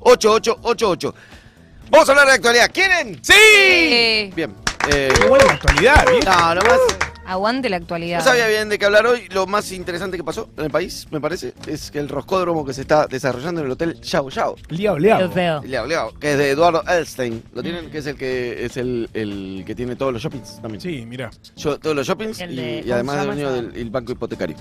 3939-8888. Vamos a hablar de actualidad. ¿Quieren? ¡Sí! Eh, Bien. eh, Qué buena actualidad, bien. no, nomás. aguante la actualidad. No sabía bien de qué hablar hoy. Lo más interesante que pasó en el país, me parece, es que el roscódromo que se está desarrollando en el hotel Yao Yao. Liao, liao. Lo veo. Liao, Liao, que es de Eduardo Elstein. Lo tienen, que es el que es el, el que tiene todos los shoppings también. Sí, mira. Yo- todos los shoppings El y, de- y además ¿cómo el se dueño llama del el banco hipotecario.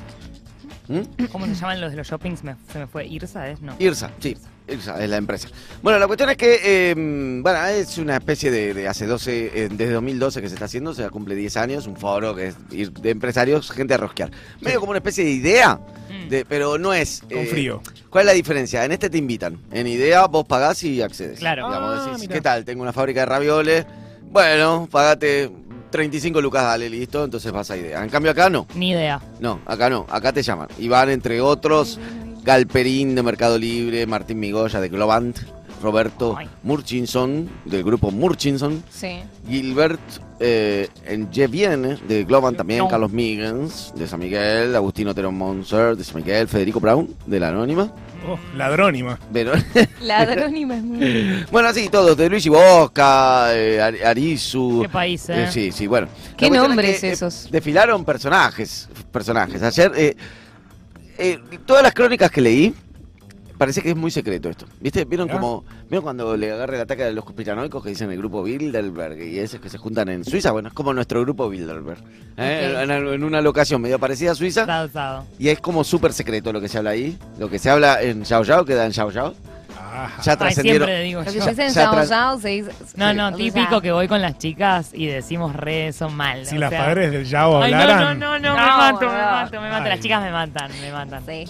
¿Mm? ¿Cómo se llaman los de los shoppings? Me- se me fue. ¿Irsa es? No. IRSA, sí. IRSA es la empresa. Bueno, la cuestión es que, eh, bueno, es una especie de, de hace 12, eh, desde 2012 que se está haciendo, se cumple 10 años, un foro que es ir de empresarios, gente a rosquear. Medio como una especie de idea, Mm. de- pero no es... Con eh, frío. ¿Cuál es la diferencia? En este te invitan. En idea vos pagás y accedes. Claro. Digamos, Ah, decís, mirá. ¿qué tal? Tengo una fábrica de ravioles. Bueno, pagate 35 lucas, dale, listo. Entonces vas a idea. En cambio acá no. Ni idea. No, acá no, acá te llaman. Y van entre otros Galperín de Mercado Libre, Martín Migoya de Globant, Roberto Ay. Murchinson del grupo Murchinson, Sí. Gilbert eh, Engeviene de Globant también, No. Carlos Miggins de San Miguel, Agustino Otero Monser de San Miguel, Federico Brown de La Anónima, Oh, ladrónima. Verón- Ladrónima es muy. bueno, así todos, de Luigi Bosca, eh, Ar- Arisu. Qué país, ¿eh? Eh, sí, sí, bueno. La ¿Qué cuestión es nombres que, eh, esos? Desfilaron personajes, personajes. Ayer, eh, eh, todas las crónicas que leí, parece que es muy secreto esto. ¿Viste? ¿Vieron Mirá. como, vieron cuando le agarra el ataque de los conspiranoicos que dicen el grupo Bilderberg y esos que se juntan en Suiza? Bueno, es como nuestro grupo Bilderberg. ¿eh? Ok. En, en una locación medio parecida a Suiza. Dado, dado. Y es como súper secreto lo que se habla ahí. Lo que se habla en Xiao Xiao queda en Xiao Xiao. Ajá. Ya Ay, trascendieron. siempre digo Lo que yo. pasa en Ya Sao tras- Yao se dice. No, no, O sea, típico que voy con las chicas y decimos re, son mal. Si o las sea- padres del Yao Ay, no, no, hablaran. no, no, me No, mato, me no. mato, me mato. Ay. Las chicas me matan, me matan. Sí.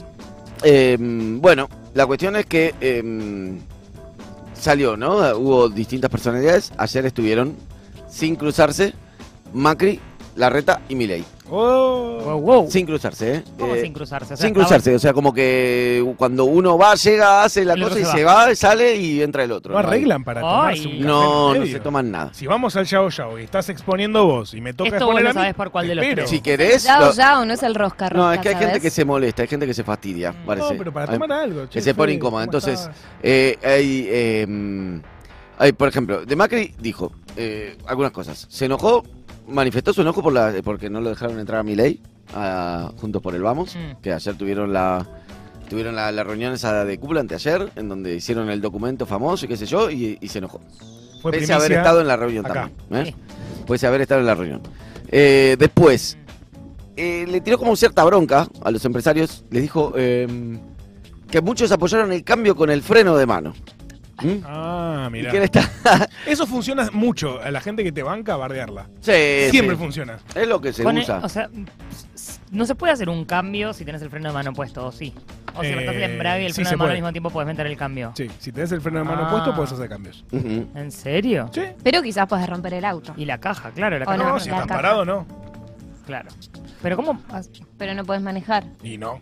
Eh, bueno, la cuestión es que eh, salió, ¿no? Hubo distintas personalidades. Ayer estuvieron, sin cruzarse, Macri, Larreta y Milei. Wow, Oh. wow. Sin cruzarse, ¿eh? Uh. ¿Cómo Eh, sin cruzarse? O sea, sin cruzarse, o sea, como que cuando uno va, llega, hace la El cosa otro y se se va, sale y entra el otro. No arreglan para Ay. tomarse un hay- café No, en no serio. se toman nada. Si vamos al Yao Yao y estás exponiendo vos y me toca Esto vos exponer no a mí, sabés por cuál de los te espero. tres. Si querés... Yao lo- Yao no es el rosca rosca. No, es que hay gente ¿sabes? que se molesta, hay gente que se fastidia, No, parece. No, pero para Hay- tomar algo. que che, se pone Fede, incómoda. ¿cómo Entonces, estás? Eh, hay, eh, mm, hay, por ejemplo, de Macri dijo eh, algunas cosas. Se enojó, manifestó su enojo por la, eh, porque no lo dejaron entrar a Milei, a Juntos por el Vamos, Mm. que ayer tuvieron la tuvieron la, la reunión esa de cúpula anteayer, en donde hicieron el documento famoso y qué sé yo, y, y se enojó. Pese Fue primicia. a haber estado en la reunión acá. también. ¿eh? Sí. Pese a haber estado en la reunión. Eh, después, eh, le tiró como cierta bronca a los empresarios. Les dijo em, que muchos apoyaron el cambio con el freno de mano. ¿Mm? Ah, Y mira. que él está- Eso funciona mucho. A la gente que te banca, bardearla. Sí, Siempre sí. funciona. Es lo que se Pone- usa. O sea, s- no se puede hacer un cambio si tenés el freno de mano puesto, ¿o sí? O si Eh, apretás el embrague y el sí freno se de mano puede. al mismo tiempo podés meter el cambio. Sí, si tenés el freno de mano Ah. puesto, puedes hacer cambios. Ujú. ¿En serio? Sí. Pero quizás puedes romper el auto. Y la caja, claro, O la caja. No, no, si la estás caja. parado, no. Claro. Pero ¿cómo? has- Pero no puedes manejar. Y no.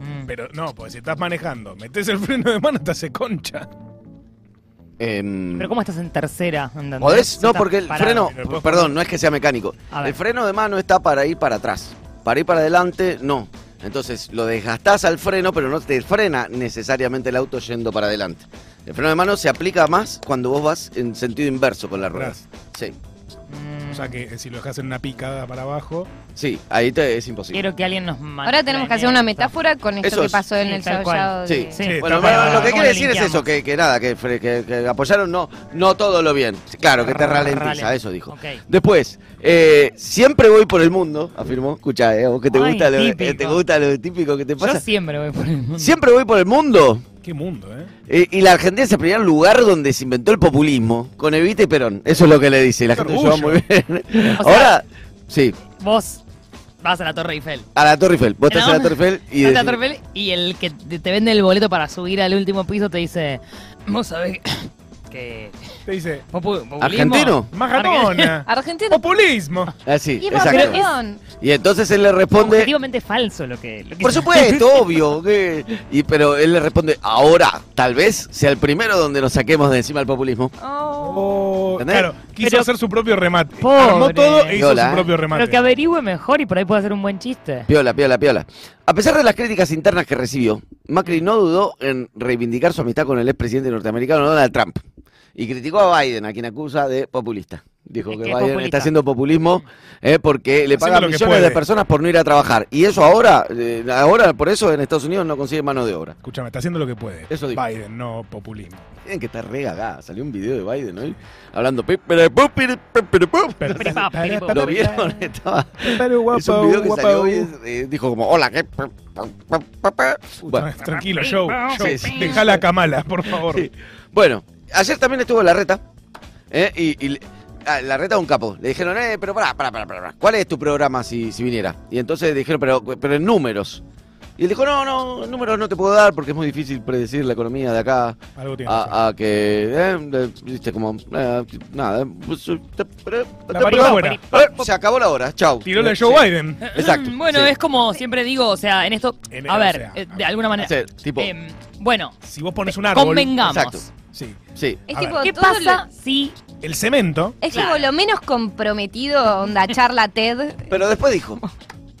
Mm. Pero no, porque si estás manejando, metes el freno de mano, te hace concha. Em, Pero ¿cómo estás en tercera? ¿Entendés? ¿Podés? Si No, estás porque el parado. freno, pues, Pero después- perdón, no es que sea mecánico. A ver. El freno de mano está para ir para atrás. Para ir para adelante, no. Entonces lo desgastás al freno, pero no te frena necesariamente el auto yendo para adelante. El freno de mano se aplica más cuando vos vas en sentido inverso con la rueda. Atrás. Sí, Mm. O sea que eh, si lo dejas en una picada para abajo, sí, ahí te es imposible. Quiero que alguien nos mande. Ahora tenemos que hacer una metáfora con esto Eso que es. pasó en Sí, el tal Yao cual. Yao de- Sí. Sí, Bueno, pero- bueno, lo que ¿cómo quiere lo decir es linkeamos? eso, que, que nada, que, fre- que- que apoyaron no, no todo lo bien. Sí, Claro, que te ralentiza, eso dijo. Ok. Después, eh, siempre voy por el mundo, afirmó. Escucha, eh, a vos que te Ay, gusta, lo, eh, típico. te gusta lo típico que te Yo pasa. siempre voy por el mundo. Siempre voy por el mundo. qué mundo, ¿eh? Eh, y la Argentina es el primer lugar donde se inventó el populismo, con Evita y Perón. Eso es lo que le dice. La Qué gente lo lleva muy orgullo. bien. O sea- Ahora, sí, Vos vas a la Torre Eiffel. a la Torre Eiffel. Vos estás No. a la Torre Eiffel y Vas a la decís- Torre Eiffel y el que te te vende el boleto para subir al último piso te dice, vos sabés que... Te dice, popu- populismo- ¿Argentino? ¡Magadona! Argentina. ¡Populismo! Así, Y Ah, exacto. Macron. Y entonces él le responde... Objetivamente falso lo que... lo que- Por supuesto, obvio. que- y, pero él le responde, ahora, tal vez sea el primero donde nos saquemos de encima el populismo. Oh. Oh, ¿Entendés? Claro, quiso Pero- hacer su propio remate. Pobre. Armó todo e hizo Viola, su ¿eh? propio remate. Pero que averigüe mejor y por ahí puede hacer un buen chiste. Piola, piola, piola. A pesar de las críticas internas que recibió, Macri no dudó en reivindicar su amistad con el expresidente norteamericano Donald Trump. Y criticó a Biden, a quien acusa de populista. Dijo Es que, que es Biden populista. está haciendo populismo eh, porque le Haciendo pagan lo que millones de puede. personas por no ir a trabajar. Y eso ahora, eh, ahora por eso en Estados Unidos no consigue mano de obra. Escúchame, está haciendo lo que puede. Eso digo. Biden, no populismo. Miren que está regagada. Salió un video de Biden hoy hablando. "Pi, pere, pu, pire, pu, pire, pu". Pero- Pero- pero- pero- ¿Lo vieron? Estaba- Pero guapo, es un video que guapo. salió hoy, uh. eh, dijo como, hola, ¿qué? Bueno, Tranquilo, show. Sí, sí. Deja la Kamala, por favor. Sí. Bueno, ayer también estuvo la reta. ¿eh? y, y le- ah, la reta un capo. Le dijeron, eh, pero pará, pará, pará, pará. pará. ¿Cuál es tu programa si, si viniera? Y entonces dijeron, pero, pero en números. Y él dijo, no, no, números no te puedo dar porque es muy difícil predecir la economía de acá Algo tiene. razón. a, a que, eh, eh, viste, como, eh, nada. La parió afuera. Eh, Se acabó la hora, chau. Tiró la de Sí. Joe Biden. Exacto. Bueno, sí. es como siempre digo, o sea, en esto. En- A o ver, sea, eh, de alguna manera. Sí, tipo, em, bueno, Si vos pones un árbol. convengamos. Exacto. Sí. sí. Es A tipo, ¿Qué todo lo- pasa si El cemento. es tipo lo menos comprometido, onda, charla TED. Pero después dijo.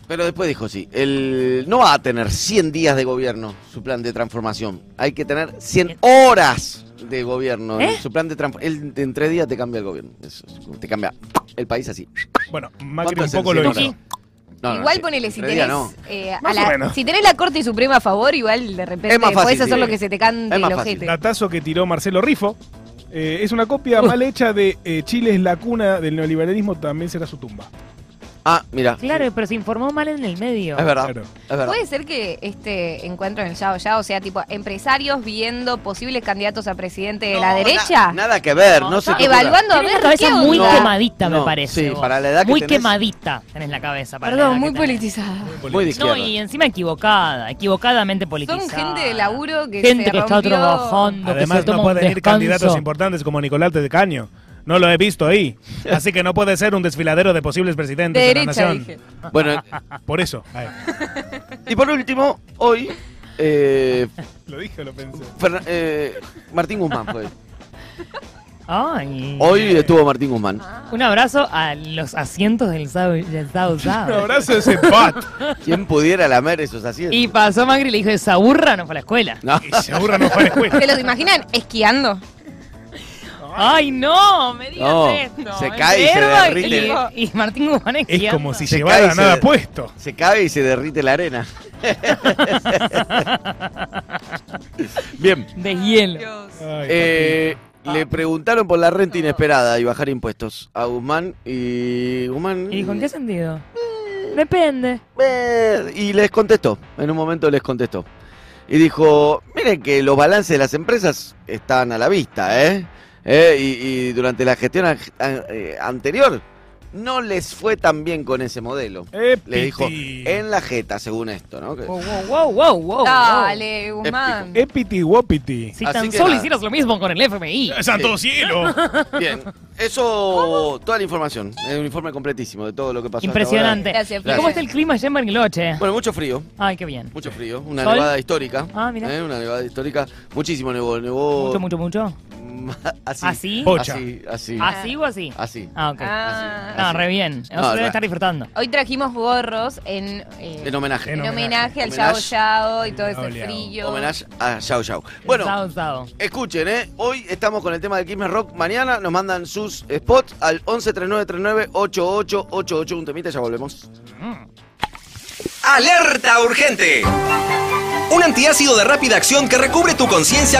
Pero después dijo, sí, el, no va a tener 100 días de gobierno su plan de transformación. Hay que tener 100 horas de gobierno. en ¿Eh? Su plan de transformación. En tres días te cambia el gobierno. Eso, te cambia el país así. Bueno, Macri ¿Cuánto un es el poco lo cemento? hizo. No, no, igual sí, ponele si en tres días tenés, no. eh, a Más o la- menos. si tenés la Corte Suprema a favor, igual de repente Es más fácil, podés hacer sí. lo que se te cante Es más el fácil. ojete. Datazo que tiró Marcelo Rifo. Eh, es una copia mal hecha de eh, Chile es la cuna del neoliberalismo, también será su tumba. Ah, mira. Claro, pero se informó mal en el medio. Es verdad. Claro. Es verdad. Puede ser que este encuentro en el Yao Yao sea tipo empresarios viendo posibles candidatos a presidente de la No, na- derecha, nada que ver. No, se te ocurra. evaluando a Tiene ver una cabeza qué muy onda? quemadita, No, me parece. sí, vos. para la edad que Muy tenés. quemadita tenés la cabeza. Para la edad Perdón, que muy tenés. politizada. Muy de No, izquierda. y encima equivocada, equivocadamente politizada. Son gente de laburo que Gente se que está rompió. trabajando, que Además, se toma no un pueden ir descanso. candidatos importantes como Nicolás de Caño. No lo he visto ahí. Así que no puede ser un desfiladero de posibles presidentes De de, derecha, la dije. nación. Ah, Bueno, Por eso. Ahí. y por último, hoy, eh, Lo dije, lo pensé. Fer- eh, Martín Guzmán fue. Ay. Hoy estuvo Martín Guzmán. Un abrazo a los asientos del Sao del Sao Un Sao. abrazo a ese pat. ¿Quién pudiera lamer esos asientos? Y pasó Macri y le dijo, esa burra no fue a la escuela. No. Y se aburra no para la escuela. ¿Se los imaginan esquiando? Ay, no, me digas No, esto. se cae y se Enferma derrite. Y, y Martín Guzmán Es como si Se cae y llevara se- nada puesto. Se cae y se derrite la arena. Bien. De hielo. Ay, eh, le preguntaron por la renta inesperada y bajar impuestos a Guzmán y Guzmán Y dijo, ¿en qué sentido? Depende. eh, y les contestó, en un momento les contestó. Y dijo, miren que los balances de las empresas están a la vista, ¿eh? Eh, y, y durante la gestión an- an- eh, anterior no les fue tan bien con ese modelo. papi. Le dijo, Epiti. en la jeta, según esto, ¿no? Que- Oh. Wow, wow, wow, wow, wow. Dale, Guzmán. Epiti Wopiti. Si Así tan que solo nada. hicieras lo mismo con el FMI. ¡Santo cielo! Bien, eso, toda la información, es un informe completísimo de todo lo que pasó. hasta Impresionante. Gracias, ¿Y ¿Cómo Fran. está el clima allá en Bariloche? ahora. Bueno, mucho frío, Ay, qué bien. mucho frío, una ¿Sol? nevada histórica. Ah, mirá. ¿eh? Una nevada histórica, muchísimo nevó, nevó... Mucho, mucho, mucho. mm, Así, ¿Así? Pocha. así, así, ¿Así o así? así. Ah, ok. Ah. No, re bien. Eso No, no. debe estar disfrutando. Hoy trajimos gorros en, eh, En homenaje. en En homenaje al Yao homenaje. Yao y todo ese Oleado. frío. Homenaje a Yao Yao. Bueno, Sao, sao. Escuchen, ¿eh? Hoy estamos con el tema del Kismes Rock. Mañana nos mandan sus spots al 1139398888. Un temita, ya volvemos. ¡Alerta urgente! Un antiácido de rápida acción que recubre tu conciencia